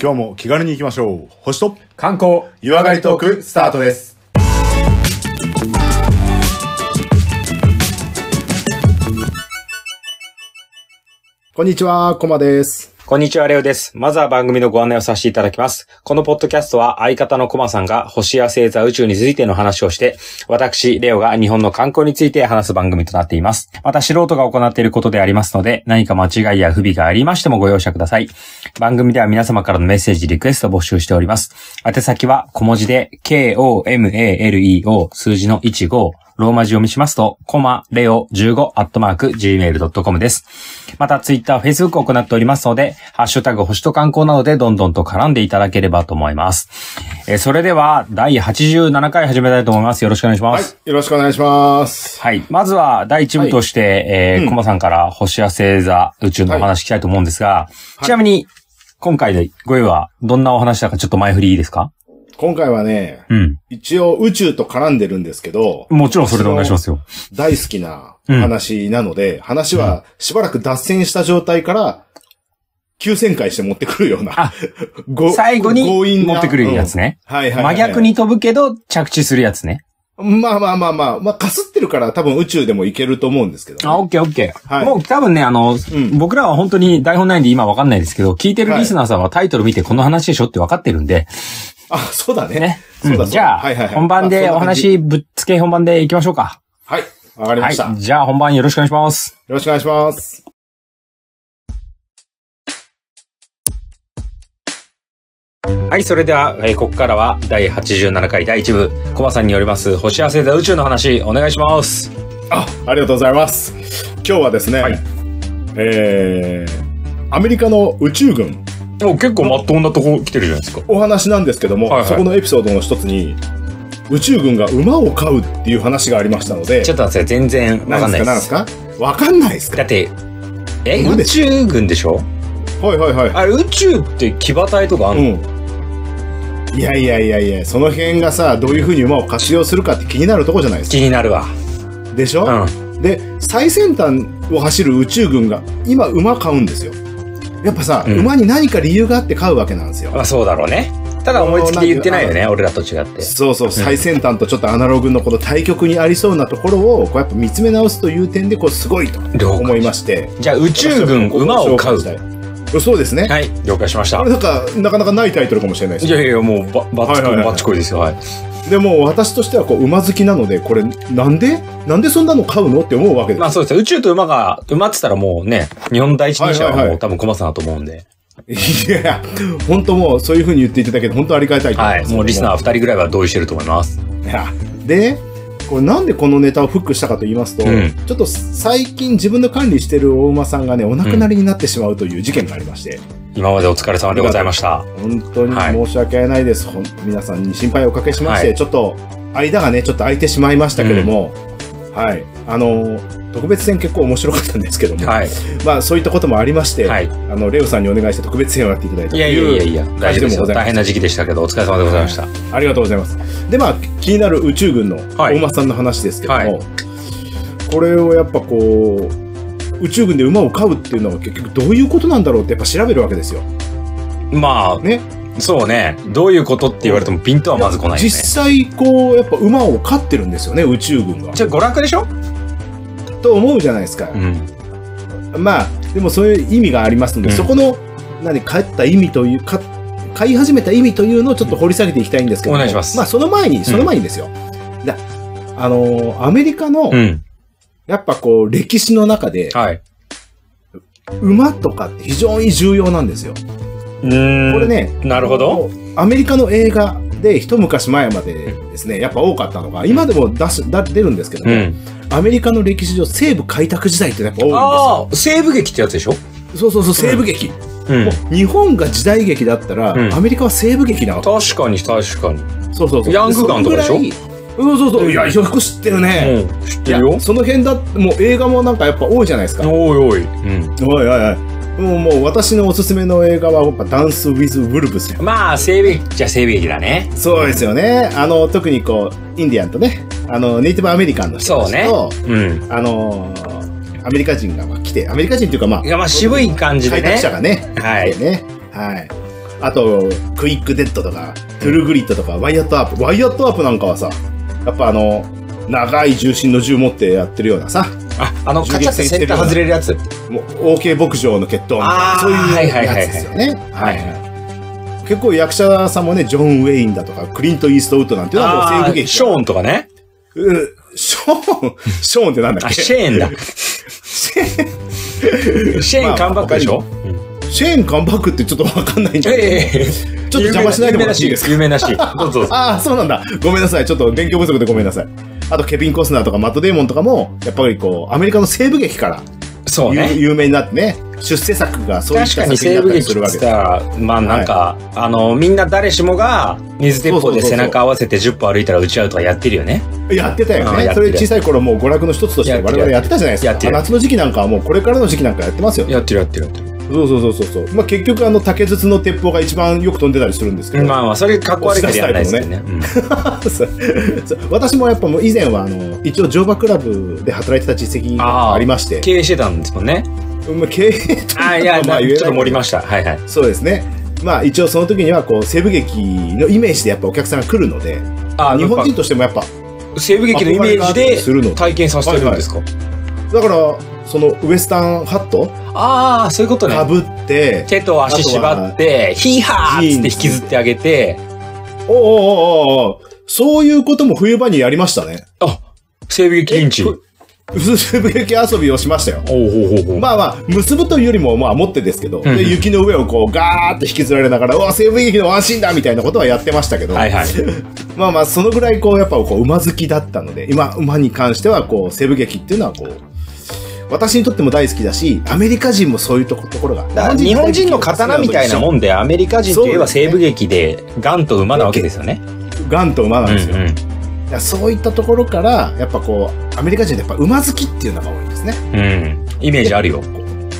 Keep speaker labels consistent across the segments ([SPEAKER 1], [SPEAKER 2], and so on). [SPEAKER 1] 今日も気軽に行きましょう。星と
[SPEAKER 2] 観光
[SPEAKER 1] 湯上がりトークスタートです。
[SPEAKER 3] こんにちは、コマです。
[SPEAKER 2] こんにちは、レオです。まずは番組のご案内をさせていただきます。このポッドキャストは相方のコマさんが星や星座宇宙についての話をして、私、レオが日本の観光について話す番組となっています。また素人が行っていることでありますので、何か間違いや不備がありましてもご容赦ください。番組では皆様からのメッセージ、リクエストを募集しております。宛先は小文字で、K-O-M-A-L-E-O 数字の15、ローマ字読みしますと、コマ、レオ15、アットマーク、gmail.com です。また、ツイッター、フェイスブックを行っておりますので、ハッシュタグ、星と観光などでどんどんと絡んでいただければと思います。えーそれでは、第87回始めたいと思います。よろしくお願いしま
[SPEAKER 1] はい
[SPEAKER 2] す。、
[SPEAKER 1] よろしくお願いします。
[SPEAKER 2] はい。まずは、第1部として、えーコマさんから、星や星座、宇宙のお話聞きたいと思うんですが、ちなみに、今回で、ご用は、どんなお話だかちょっと前振りいいですか
[SPEAKER 1] 今回はね、
[SPEAKER 2] うん。
[SPEAKER 1] 一応宇宙と絡んでるんですけど、
[SPEAKER 2] もちろんそれでお願いしますよ。
[SPEAKER 1] 大好きな話なので、話はしばらく脱線した状態から、急旋回して持ってくるような
[SPEAKER 2] あ。
[SPEAKER 1] ご
[SPEAKER 2] 最後
[SPEAKER 1] 強
[SPEAKER 2] に
[SPEAKER 1] 引な
[SPEAKER 2] 持ってくるやつね。
[SPEAKER 1] うんはいはいは
[SPEAKER 2] 真
[SPEAKER 1] い。
[SPEAKER 2] 逆。に飛ぶけど、着地するやつね。
[SPEAKER 1] まあまあまあまあ、まあ、かすってるから多分宇宙でもいけると思うんですけど、
[SPEAKER 2] あ、オッケーオッケー。
[SPEAKER 1] はい
[SPEAKER 2] もう多分ね、あの、
[SPEAKER 1] ん
[SPEAKER 2] 僕らは本当に台本ないんで今わかんないですけど、聞いてるリスナーさんはタイトル見てこの話でしょってわかってるんで、
[SPEAKER 1] あ、そうだね。
[SPEAKER 2] ね。
[SPEAKER 1] そうだそううんだ
[SPEAKER 2] じゃあ、
[SPEAKER 1] はいはいはい
[SPEAKER 2] 本番でお。
[SPEAKER 1] まあ
[SPEAKER 2] 話ぶっつけ本番で行きましょうか。
[SPEAKER 1] そんな感じはい、わかりま
[SPEAKER 2] は
[SPEAKER 1] した。
[SPEAKER 2] い。
[SPEAKER 1] よ
[SPEAKER 2] じゃあ本番よろしくお願いします。
[SPEAKER 1] ろしくお願いします。
[SPEAKER 2] はい、それでは、えーここからは第87回第1部、コバさんによります、星合星座宇宙の話、お願いします。
[SPEAKER 1] あ、ありがとうございます。今日はですね、
[SPEAKER 2] はい
[SPEAKER 1] えー、アメリカの宇宙軍、
[SPEAKER 2] もう結構まっとうなとこ来てるじゃないですか。
[SPEAKER 1] お話なんですけども、
[SPEAKER 2] はいはい
[SPEAKER 1] そこのエピソードの一つに、宇宙軍が馬を飼うっていう話がありましたので、
[SPEAKER 2] ちょっと待ってください、全然わかんないです。
[SPEAKER 1] 何ですかわかんないですか
[SPEAKER 2] だって、え、
[SPEAKER 1] 馬
[SPEAKER 2] 宇
[SPEAKER 1] です
[SPEAKER 2] 宙軍でしょ
[SPEAKER 1] はいはいはい。
[SPEAKER 2] あれ、宇宙って騎馬隊とかあんの、
[SPEAKER 1] うん。いやいやいやいや、その辺がさ、どういうふうに馬を活用するかって気になるとこじゃないです
[SPEAKER 2] 気になるわ。
[SPEAKER 1] か。でしょ、
[SPEAKER 2] うん。
[SPEAKER 1] で最先端を走る宇宙軍が今馬買うんですよやっぱさ、
[SPEAKER 2] うん
[SPEAKER 1] 馬に何か理由があって買うわけなんですよ
[SPEAKER 2] まあそうだろうね。ただ思いつきで言ってないよね、俺らと違って。
[SPEAKER 1] そうそう最先端とちょっとアナログのこの対極にありそうなところをこうやっぱ見つめ直すという点でこうすごいと
[SPEAKER 2] 了
[SPEAKER 1] 思いまして
[SPEAKER 2] じゃあ宇宙軍、馬を飼う。は
[SPEAKER 1] うそうですね、
[SPEAKER 2] い、了解しました
[SPEAKER 1] これ。なんかなかなかないタイトルかもしれないで
[SPEAKER 2] い
[SPEAKER 1] す
[SPEAKER 2] やいや、もうババッチコ
[SPEAKER 1] はいはい
[SPEAKER 2] イ、
[SPEAKER 1] はい
[SPEAKER 2] バッチコイですよ。はい。
[SPEAKER 1] でも私としてはこう馬好きなのでこれなんでなんでそんなの買うのって思うわけです
[SPEAKER 2] まあそうですよ。宇宙と馬が、馬って言ったらもうね、日本第一人者は
[SPEAKER 1] はいはい
[SPEAKER 2] も
[SPEAKER 1] は
[SPEAKER 2] う
[SPEAKER 1] い
[SPEAKER 2] 多分コマさんだと思うんで。
[SPEAKER 1] いや本当もうそういうふうに言っていただけて本当ありがたいと思い
[SPEAKER 2] は
[SPEAKER 1] ま
[SPEAKER 2] い。
[SPEAKER 1] す、
[SPEAKER 2] もうリスナー2人ぐらいは同意してると思います。
[SPEAKER 1] いやで、これなんでこのネタをフックしたかと言いますと、
[SPEAKER 2] うん
[SPEAKER 1] ちょっと最近自分の管理してる大馬さんがね、お亡くなりになってしまうという事件がありまして、
[SPEAKER 2] 今までお疲れ様でございました。
[SPEAKER 1] 本当に申し訳ないです、ほん皆さんに心配をおかけしまして、
[SPEAKER 2] はい
[SPEAKER 1] ちょっと間がね、ちょっと空いてしまいましたけども、はい、あの、特別編結構面白かったんですけども、
[SPEAKER 2] はい。
[SPEAKER 1] まあそういったこともありまして、
[SPEAKER 2] はい。
[SPEAKER 1] あの、レオさんにお願いして特別編をやっていただいたと
[SPEAKER 2] い
[SPEAKER 1] いう。
[SPEAKER 2] やいやいやいや、大丈夫ですよ。
[SPEAKER 1] ありがとうございます
[SPEAKER 2] 大変な時期でしたけど、お疲れ様でございました。
[SPEAKER 1] ありがとうございます。で、まあ、気になる宇宙軍の
[SPEAKER 2] はい
[SPEAKER 1] 大間さんの話ですけども、
[SPEAKER 2] はい
[SPEAKER 1] これをやっぱこう、宇宙軍で馬を飼うっていうのは結局どういうことなんだろうってやっぱ調べるわけですよ。
[SPEAKER 2] ま
[SPEAKER 1] ね。
[SPEAKER 2] あ、そうね。どういうことって言われてもピントはまず来ないよね。
[SPEAKER 1] 実際こう、やっぱ馬を飼ってるんですよね、宇宙軍が。
[SPEAKER 2] ちょ、娯楽でしょ
[SPEAKER 1] と思うじゃないですか。
[SPEAKER 2] うん。
[SPEAKER 1] まあ、でもそういう意味がありますので、
[SPEAKER 2] うん
[SPEAKER 1] そこの、何、飼った意味というか、飼い始めた意味というのをちょっと掘り下げていきたいんですけども
[SPEAKER 2] お願いします
[SPEAKER 1] まあ、その前に、その前にですよ。だあのーアメリカの、
[SPEAKER 2] うん。
[SPEAKER 1] やっぱこう、歴史の中で、
[SPEAKER 2] はい。
[SPEAKER 1] 馬とかって非常に重要なんですよ。
[SPEAKER 2] うーん
[SPEAKER 1] これ。ね、
[SPEAKER 2] なるほど。
[SPEAKER 1] アメリカの映画で一昔前までですね、やっぱ多かったのが、今でも出すだ出るんですけど
[SPEAKER 2] う
[SPEAKER 1] も、
[SPEAKER 2] ん。
[SPEAKER 1] アメリカの歴史上西部開拓時代ってやっぱ多いんで
[SPEAKER 2] ああ、西部劇ってやつでしょ
[SPEAKER 1] すよ。そうそうそう、西部劇。
[SPEAKER 2] う
[SPEAKER 1] も。う日本が時代劇だったら、
[SPEAKER 2] うん
[SPEAKER 1] アメリカは西部劇なわけ。
[SPEAKER 2] 確かに、確かに。
[SPEAKER 1] そうそうそう。
[SPEAKER 2] ヤングガンとかでし
[SPEAKER 1] そ
[SPEAKER 2] ょ
[SPEAKER 1] のぐらいそうそうそう。いや、よく知ってるね。
[SPEAKER 2] うん。知
[SPEAKER 1] い
[SPEAKER 2] って
[SPEAKER 1] や
[SPEAKER 2] るよ。
[SPEAKER 1] その辺だもう映画もなんかやっぱ多いじゃないですか。
[SPEAKER 2] おいおい。うん。
[SPEAKER 1] おいおいおい。もうもう私のおすすめの映画はやっぱダンス・ウィズ・ウルブスよ。
[SPEAKER 2] まあ、西部劇じゃ西部劇だね。
[SPEAKER 1] そうですよね。あの、特にこう、インディアンとね、あの、ネイティブアメリカンの人たち
[SPEAKER 2] そ
[SPEAKER 1] と、
[SPEAKER 2] うん。
[SPEAKER 1] あのー、アメリカ人がまあ来て、アメリカ人っていうかまあ
[SPEAKER 2] い、や、まあ、渋い感じで
[SPEAKER 1] 開拓
[SPEAKER 2] ね。
[SPEAKER 1] 者がね、
[SPEAKER 2] は
[SPEAKER 1] 来
[SPEAKER 2] い
[SPEAKER 1] て。ね、はい。あと、クイックデッドとか、トゥルグリッドとか、ワイヤットアップ。ワイヤットアップなんかはさ、やっぱあの、長い重心の銃持ってやってるようなさ、
[SPEAKER 3] あ、あの、カチャってセンター外れるやつ。はい
[SPEAKER 1] もう OK 牧場の決闘みたい
[SPEAKER 3] あ
[SPEAKER 1] な、そ
[SPEAKER 3] ー
[SPEAKER 1] う
[SPEAKER 3] はい
[SPEAKER 1] いう
[SPEAKER 3] はいはいはい
[SPEAKER 1] やつですよね。
[SPEAKER 3] はい。
[SPEAKER 1] 結構役者さんもね、ジョン・ウェインだとか、クリント・イーストウッドなんていうのはもう西
[SPEAKER 3] あ
[SPEAKER 1] 部
[SPEAKER 3] ー
[SPEAKER 1] 劇。
[SPEAKER 3] ショーンとかね。
[SPEAKER 1] うんショーン、ショーンってなんだ
[SPEAKER 3] あ、
[SPEAKER 1] っけ
[SPEAKER 3] シェーン だ。シェーンカンバックでしょうん
[SPEAKER 1] シェーンカンバックってちょっとわかんないんじゃない
[SPEAKER 3] ええ
[SPEAKER 1] ちょっと邪魔しないでもらっていいですか
[SPEAKER 3] 有名なし。有名なしどうぞどうぞ。
[SPEAKER 1] ああ、そうなんだ。ごめんなさい。ちょっと勉強不足でごめんなさい。あと、ケビン・コスナーとかマット・デーモンとかも、やっぱりこう、アメリカの西部劇から
[SPEAKER 3] そう
[SPEAKER 1] 有,、
[SPEAKER 3] ね。
[SPEAKER 1] 名になってね、出世作がそういった
[SPEAKER 3] 確か
[SPEAKER 1] 作品
[SPEAKER 3] に
[SPEAKER 1] だ
[SPEAKER 3] 西
[SPEAKER 1] った
[SPEAKER 3] 部
[SPEAKER 1] りす
[SPEAKER 3] 劇
[SPEAKER 1] る
[SPEAKER 3] っ
[SPEAKER 1] わ
[SPEAKER 3] つ
[SPEAKER 1] け
[SPEAKER 3] っ
[SPEAKER 1] です。
[SPEAKER 3] たら、まあなんか、あの、みんな誰しもが水鉄砲で背中合わせて10歩歩いたら打ち合うとかやってるよね。
[SPEAKER 1] やってたよ
[SPEAKER 3] あーや
[SPEAKER 1] ね。
[SPEAKER 3] って
[SPEAKER 1] それ
[SPEAKER 3] る
[SPEAKER 1] 小さい頃もう娯楽の一つとして
[SPEAKER 3] やっ
[SPEAKER 1] 我
[SPEAKER 3] てる
[SPEAKER 1] 々やってたじゃないで
[SPEAKER 3] やって
[SPEAKER 1] す
[SPEAKER 3] る
[SPEAKER 1] か。夏の時期なんかはもうこれからの時期なんかやってますよね。
[SPEAKER 3] やってるやってるやって
[SPEAKER 1] そうそうそうそうそう。まあ結局あの竹筒の鉄砲が一番よく飛んでたりするんですけ
[SPEAKER 3] る。
[SPEAKER 1] ど。
[SPEAKER 3] まあまあ、それかっこ悪いからやらないですよね。うん
[SPEAKER 1] そうそう私もやっぱもう以前はあの一応乗馬クラブで働いてた実績がありまして、
[SPEAKER 3] 経営してたんですもんね。
[SPEAKER 1] まあ経営
[SPEAKER 3] あ、いや、ち
[SPEAKER 1] まあ言え
[SPEAKER 3] ょ
[SPEAKER 1] ない
[SPEAKER 3] っと盛りました。はいはい。
[SPEAKER 1] そうですね。まあ一応その時にはこう西部劇のイメージでやっぱお客さんが来るので、
[SPEAKER 3] あ
[SPEAKER 1] 日本人
[SPEAKER 3] 人
[SPEAKER 1] としてもやっぱ
[SPEAKER 3] 西部劇のイメー
[SPEAKER 1] 憧れ
[SPEAKER 3] ジ
[SPEAKER 1] があったりする
[SPEAKER 3] で
[SPEAKER 1] の
[SPEAKER 3] 体験させてるんですか、
[SPEAKER 1] だからそのウエスタンハット
[SPEAKER 3] ああ、そういうことね
[SPEAKER 1] か。ぶって、
[SPEAKER 3] 手と足縛って、ヒーハーっつって引きずってあげて、
[SPEAKER 1] おうおうおうおうおうそういうことも冬場にやりましたね。
[SPEAKER 3] あ、西部劇リンチ。
[SPEAKER 1] え
[SPEAKER 3] お
[SPEAKER 1] ふ 西部劇遊びをしましたよ。
[SPEAKER 3] うほうほうほう。
[SPEAKER 1] まあまあ、結ぶというよりも、まあ、持ってですけど、
[SPEAKER 3] うん
[SPEAKER 1] で雪の上をこう、ガーッと引きずられながら、うわ、西部劇のワンシーンだみたいなことはやってましたけど、
[SPEAKER 3] はいはい。
[SPEAKER 1] まあまあ、そのぐらい、こう、やっぱ、こう、馬好きだったので、今、馬に関しては、こう、西部劇っていうのは、こう、私にとっても大好きだし、アメリカ人もそういうとこところが。
[SPEAKER 3] だから日本人の刀みたいなも
[SPEAKER 1] ん。
[SPEAKER 3] んで、アメリカ人といえば西部劇で、ガンと馬なわけですよね。
[SPEAKER 1] ガンと馬なんですよ。
[SPEAKER 3] うんうん
[SPEAKER 1] いやそういったところから、やっぱこう、アメリカ人ってやっぱ馬好きっていうのが多いんですね。
[SPEAKER 3] うん。イメージあるよ。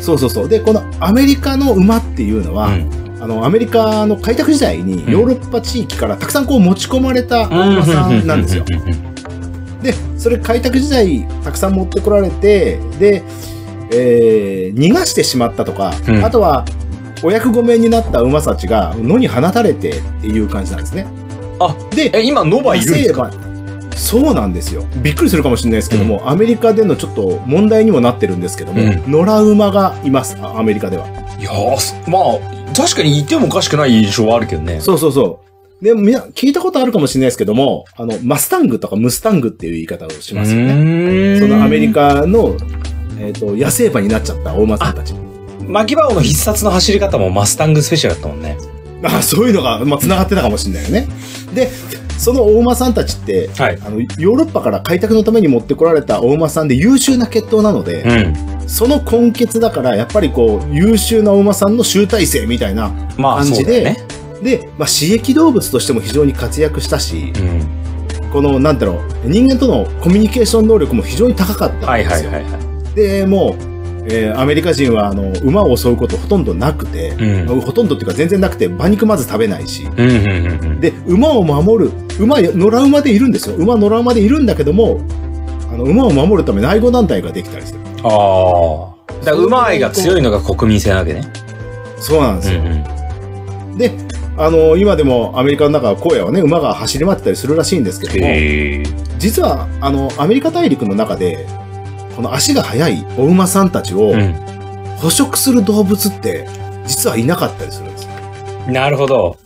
[SPEAKER 1] そうそうそう。で、このアメリカの馬っていうの
[SPEAKER 3] う
[SPEAKER 1] は、
[SPEAKER 3] ん。
[SPEAKER 1] あのアメリカの開拓時代に
[SPEAKER 3] うん
[SPEAKER 1] ヨーロッパ地域からたくさんこう持ち込まれたお馬さんなんですよ。
[SPEAKER 3] うううん
[SPEAKER 1] でそれ開拓時代たくさん持ってこられてで、えー逃がしてしまったとか、
[SPEAKER 3] うん
[SPEAKER 1] あとはお役御免になった馬たちが野に放たれてっていう感じなんですね。
[SPEAKER 3] あ
[SPEAKER 1] で
[SPEAKER 3] え、今、ノバいるんですか
[SPEAKER 1] 野生馬そうなんですよびっくりするかもしれないですけども、アメリカでのちょっと問題にもなってるんですけども、
[SPEAKER 3] うん
[SPEAKER 1] 野良馬がいますあアメリカでは。
[SPEAKER 3] いやーすまあ、確かにいてもおかしくない印象はあるけどね。
[SPEAKER 1] そうそうそう。で、みんな聞いたことあるかもしれないですけども、あの、マスタングとかムスタングっていう言い方をしますよね。
[SPEAKER 3] ね
[SPEAKER 1] そのアメリ。カの、えっ、と、野生馬になっちゃった大松さんたち。
[SPEAKER 3] 巻き場王の必殺の走り方もマスタングスペシャルだったもんね。
[SPEAKER 1] あそういうのが、まあ、繋がってたかもしれないよね。で、その大間さんたちって、
[SPEAKER 3] はい。
[SPEAKER 1] あの、ヨーロッパから開拓のために持ってこられた大間さんで優秀な血統なの
[SPEAKER 3] う
[SPEAKER 1] で、
[SPEAKER 3] ん。
[SPEAKER 1] その根血だから、やっぱりこう、優秀な大間さんの集大成みたいな。
[SPEAKER 3] まあ、
[SPEAKER 1] 感
[SPEAKER 3] そ
[SPEAKER 1] じ
[SPEAKER 3] うだよ
[SPEAKER 1] で
[SPEAKER 3] ね。
[SPEAKER 1] で、まあ、刺激動物としても非常に活躍したし、
[SPEAKER 3] うん。
[SPEAKER 1] この、なんだろう、人間とのコミュニケーション能力も非常に高かったんですよ。
[SPEAKER 3] はいはいはいは
[SPEAKER 1] で、もう、えーアメリカ人は、あの、馬を襲うことほとんどなくて
[SPEAKER 3] い。、うん。うん
[SPEAKER 1] ほとんどっていうか全然なくて、馬肉まず食べないし、
[SPEAKER 3] うんうんうん。
[SPEAKER 1] で、馬を守る、馬、野良馬でいるんですよ。馬、野良馬でいるんだけども、あの、馬を守るため内護団体ができたりする。
[SPEAKER 3] ああ。だから馬愛が強いのが国民性なわけね。
[SPEAKER 1] そうなんですよ。で、あの、今でもアメリカの中は荒野はね、馬が走り回ってたりするらしいんですけども、
[SPEAKER 3] へえ。
[SPEAKER 1] 実は、あの、アメリカ大陸の中で、この足が速いお馬さんたちを
[SPEAKER 3] う
[SPEAKER 1] 捕食する動物って、実はいなかったりするんですよ。
[SPEAKER 3] ん。なるほど。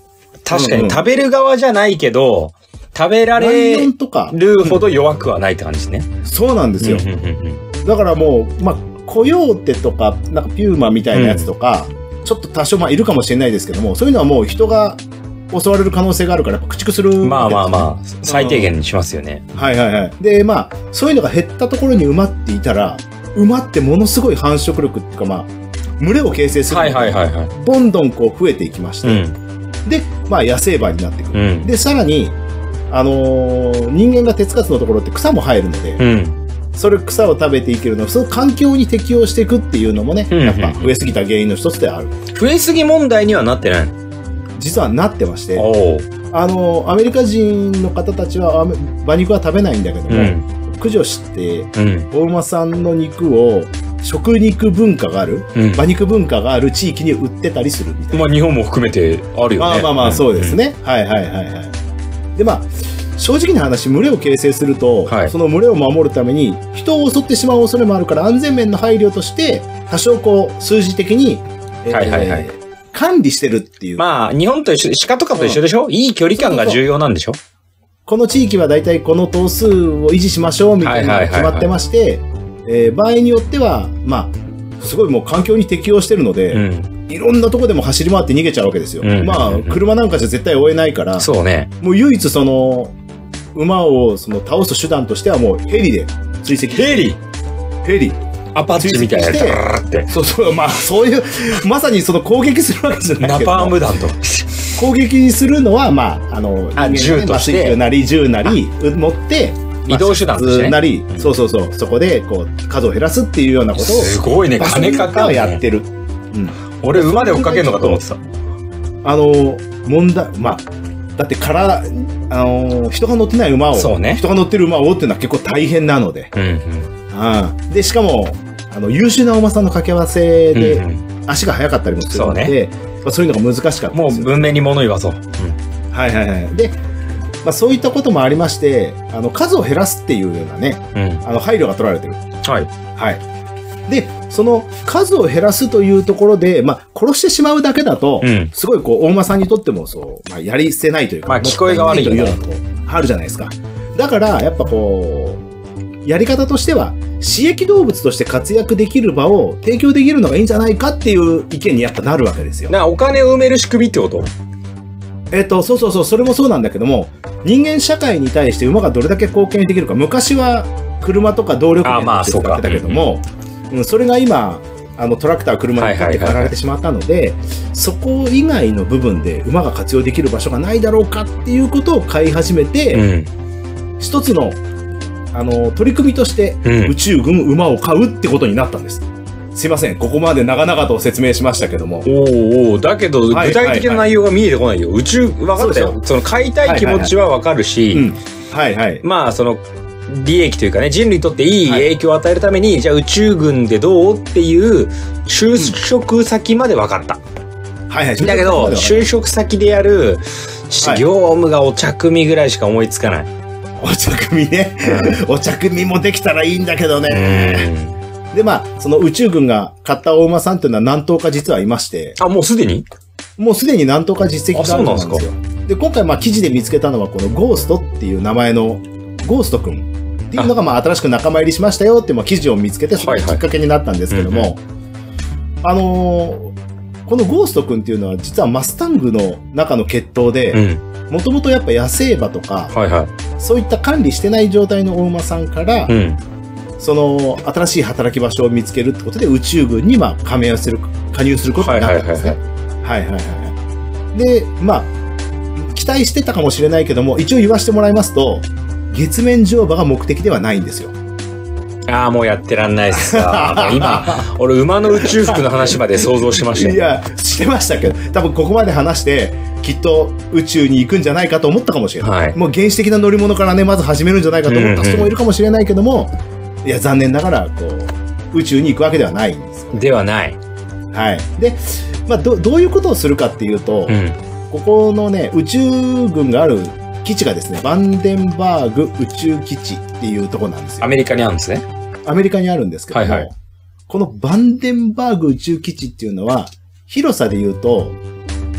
[SPEAKER 3] 確か
[SPEAKER 1] うんう
[SPEAKER 3] に
[SPEAKER 1] ん
[SPEAKER 3] 食べる側じゃないけど、食べら
[SPEAKER 1] ライ
[SPEAKER 3] れ
[SPEAKER 1] オンとか、
[SPEAKER 3] るほど弱くはないって感じね。
[SPEAKER 1] そうなんですよ。
[SPEAKER 3] うんうんうんうん
[SPEAKER 1] だからもう、まあ、コヨーテとか、なんかピューマみたいなやつとか、ちょっと多少まあいるかもしれないですけども、そういうのはもう人が襲われる可能性があるから、やっぱ駆逐する。
[SPEAKER 3] まあまあまあ、最低限にしますよね。
[SPEAKER 1] あ。はいはいはい。で、まあ、そういうのが減ったところに馬っていたら、馬ってものすごい繁殖力っていうか、まあ、群れを形成する。
[SPEAKER 3] はいはいはいはい。
[SPEAKER 1] どんどんこう増えていきまし
[SPEAKER 3] う
[SPEAKER 1] て、
[SPEAKER 3] ん。
[SPEAKER 1] で、まあ野生馬になってく
[SPEAKER 3] う
[SPEAKER 1] る。
[SPEAKER 3] ん。
[SPEAKER 1] で、さらに、あのー人間が手つかずのところって草も生えるので、
[SPEAKER 3] うん。
[SPEAKER 1] それ草を食べていけるのその環境に適応していくっていうのもね、
[SPEAKER 3] うんうん
[SPEAKER 1] やっぱ増えすぎた原因の一つである。
[SPEAKER 3] 増えすぎ問題にはなってない。
[SPEAKER 1] 実はなってまして、
[SPEAKER 3] おお。
[SPEAKER 1] あの、アメリカ人の方たちはあめ馬肉は食べないんだけども、
[SPEAKER 3] うん。
[SPEAKER 1] 駆除して、
[SPEAKER 3] うん。
[SPEAKER 1] 大馬さんの肉を食肉文化がある、
[SPEAKER 3] うん
[SPEAKER 1] 馬肉文化がある地域に売ってたりするみたいな。
[SPEAKER 3] まあ日本も含めてあるよ
[SPEAKER 1] まあ
[SPEAKER 3] ね。
[SPEAKER 1] まあまあ、そうですね。はいはいはいはい。で、まあ、正直な話、群れを形成すると、
[SPEAKER 3] はい
[SPEAKER 1] その群れを守るために、人を襲ってしまう恐れもあるから、安全面の配慮として、多少こう、数字的に、えー
[SPEAKER 3] はいはいはい
[SPEAKER 1] 管理してるっていう
[SPEAKER 3] うん。まあ日本と一緒、鹿とかと一緒でしょ、いい距離感が重要なんでしょ
[SPEAKER 1] この地域は大体この頭数を維持しましょうみたいなのが
[SPEAKER 3] はいは
[SPEAKER 1] 決
[SPEAKER 3] いはいはい
[SPEAKER 1] まってまして、えー場合によっては、まあ、すごいもう環境に適応してるので、
[SPEAKER 3] うん。
[SPEAKER 1] いろんなとこでも走り回って逃げちゃうわけですよ。
[SPEAKER 3] うん
[SPEAKER 1] まあ、車なんかじゃ絶対追えないから、
[SPEAKER 3] そうね。
[SPEAKER 1] もう唯一その、馬をその倒す手段としてはもうヘリで追跡。
[SPEAKER 3] ヘリ
[SPEAKER 1] ヘリ。
[SPEAKER 3] アパッチみたいなやつ。
[SPEAKER 1] 追跡
[SPEAKER 3] ダラララって。
[SPEAKER 1] そうそう、まあ そういう、まさにその攻撃するわけじゃない
[SPEAKER 3] ナ
[SPEAKER 1] けど。
[SPEAKER 3] パーム弾と。
[SPEAKER 1] 攻撃するのは、まあ、あの、人間
[SPEAKER 3] あ
[SPEAKER 1] がね
[SPEAKER 3] 銃として
[SPEAKER 1] まあ水球なり銃なり持って、まあ
[SPEAKER 3] 移動手段としてね
[SPEAKER 1] 射殺なり、そうそうそう、そこでこう数を減らすっていうようなことを、
[SPEAKER 3] すごいね。
[SPEAKER 1] バス
[SPEAKER 3] 金
[SPEAKER 1] に乗
[SPEAKER 3] か
[SPEAKER 1] っ
[SPEAKER 3] か
[SPEAKER 1] は
[SPEAKER 3] る、
[SPEAKER 1] やっ
[SPEAKER 3] ね。
[SPEAKER 1] てる。
[SPEAKER 3] 俺馬で追っかけるのかと思ってた。
[SPEAKER 1] あの、問題、まあ、だってから、あの、人が乗ってない馬を、
[SPEAKER 3] そうね
[SPEAKER 1] 人が乗ってる馬を追うっていうのは結構大変なので。
[SPEAKER 3] うんうん。
[SPEAKER 1] うん、でしかもあの優秀なお馬さんの掛け合わせ
[SPEAKER 3] うんう
[SPEAKER 1] で
[SPEAKER 3] ん
[SPEAKER 1] 足が速かったりもするので、
[SPEAKER 3] そう
[SPEAKER 1] まあ、そういうのが難しかったん
[SPEAKER 3] も
[SPEAKER 1] で
[SPEAKER 3] う
[SPEAKER 1] すよ
[SPEAKER 3] 文明に物言わそう。
[SPEAKER 1] はいはいはいで、まあ、そういったこともありましてあの数を減らすっていうようなね
[SPEAKER 3] うん。うん。
[SPEAKER 1] あの配慮が取られてる
[SPEAKER 3] はい。
[SPEAKER 1] はいでその数を減らすというところで、まあ、殺してしまうだけだと、
[SPEAKER 3] うん
[SPEAKER 1] すごいこう大馬さんにとってもそう、まあ、やり捨てないというか、
[SPEAKER 3] まあ聞こえが悪いよね
[SPEAKER 1] もったなというようなこうあるじゃないですかだからやっぱこうやり方としては刺激動物として活躍できる場を提供できるのがいいんじゃないかっていう意見にやっぱなるわけですよ。
[SPEAKER 3] な、お金を埋める仕組みってこと
[SPEAKER 1] えっと、そうそうそう、それもそうなんだけども、人間社会に対して馬がどれだけ貢献できるか、昔は車とか動力
[SPEAKER 3] あま
[SPEAKER 1] 源
[SPEAKER 3] あ
[SPEAKER 1] として使ってたけども、うんそれが今、あのトラクター、車にかって
[SPEAKER 3] はいはいはいはい
[SPEAKER 1] 駆られてしまったので、そこ以外の部分で馬が活用できる場所がないだろうかっていうことを買い始め
[SPEAKER 3] う
[SPEAKER 1] て、
[SPEAKER 3] ん。
[SPEAKER 1] 一つのあの取り組みとして、
[SPEAKER 3] うん
[SPEAKER 1] 宇。宙軍馬を買うってことになったんです。すいません、ここまで長々と説明しましたけども。
[SPEAKER 3] おうおうだけど具
[SPEAKER 1] はい
[SPEAKER 3] 体的な内容が見えてこないよ、宇宙分かったよ
[SPEAKER 1] そう
[SPEAKER 3] その買いたい気持ちは分かるし、
[SPEAKER 1] うん。はいはい。
[SPEAKER 3] まあその利益というかね人類にとっていい
[SPEAKER 1] はい
[SPEAKER 3] 影響を与えるために、じゃあ宇宙軍でどうっていう就職先まで分かった、
[SPEAKER 1] はいはい。
[SPEAKER 3] だけど就職先でやる
[SPEAKER 1] はい
[SPEAKER 3] 業務がお茶組ぐらいしか思いつかない、
[SPEAKER 1] お茶組ね。お茶組もできたらいいんだけどね。
[SPEAKER 3] うん
[SPEAKER 1] で、まあ、その宇宙軍が買ったお馬さんっていうのは何頭か実はいまして、
[SPEAKER 3] あもうすでに
[SPEAKER 1] もうすでに何頭か実績があるんですよ。
[SPEAKER 3] あそう
[SPEAKER 1] で今回、まあ、記事で見つけたのは、このゴーストっていう名前のゴーストくんっていうのが、まあ、新しく仲間入りしましたよって、まあ、記事を見つけて、それがきっかけになったんですけど
[SPEAKER 3] はいは
[SPEAKER 1] も、あのーこのゴーストくんっていうのは、実はマスタングの中の血統
[SPEAKER 3] う
[SPEAKER 1] で、
[SPEAKER 3] ん
[SPEAKER 1] もともとやっぱ野生馬とか、
[SPEAKER 3] はいは
[SPEAKER 1] そういった管理してない状態のお馬さんから
[SPEAKER 3] い、うん
[SPEAKER 1] その新しい働き場所を見つけるってことで宇宙軍にまあ加盟をする加入することになったんですね。はいはいはいはい。でまあ期待してたかもしれないけども一応言わせてもらいますと月面乗馬が目的ではないんですよ。
[SPEAKER 3] ああもうやってらんないっす わもう今俺馬の宇宙服の話まで想像しました
[SPEAKER 1] い
[SPEAKER 3] よ
[SPEAKER 1] やしてましたけど多分ここまで話してきっと宇宙に行くんじゃないかと思ったかもしれない。
[SPEAKER 3] はい
[SPEAKER 1] もう原始的な乗り物からねまず始めるんじゃないかと思った人もいるかもしれないけども、いや残念ながらこう宇宙に行くわけではないんですよ。
[SPEAKER 3] ではない、
[SPEAKER 1] はい。で、まあ、どどういうことをするかっていうと、
[SPEAKER 3] うん、
[SPEAKER 1] ここのね、宇宙軍がある基地がですね、バンデンバーグ宇宙基地っていうところなんですよ。
[SPEAKER 3] アメリカにあるんですね
[SPEAKER 1] アメリカにあるんですけども、
[SPEAKER 3] はいはい
[SPEAKER 1] このバンデンバーグ宇宙基地っていうのは、広さで言うと、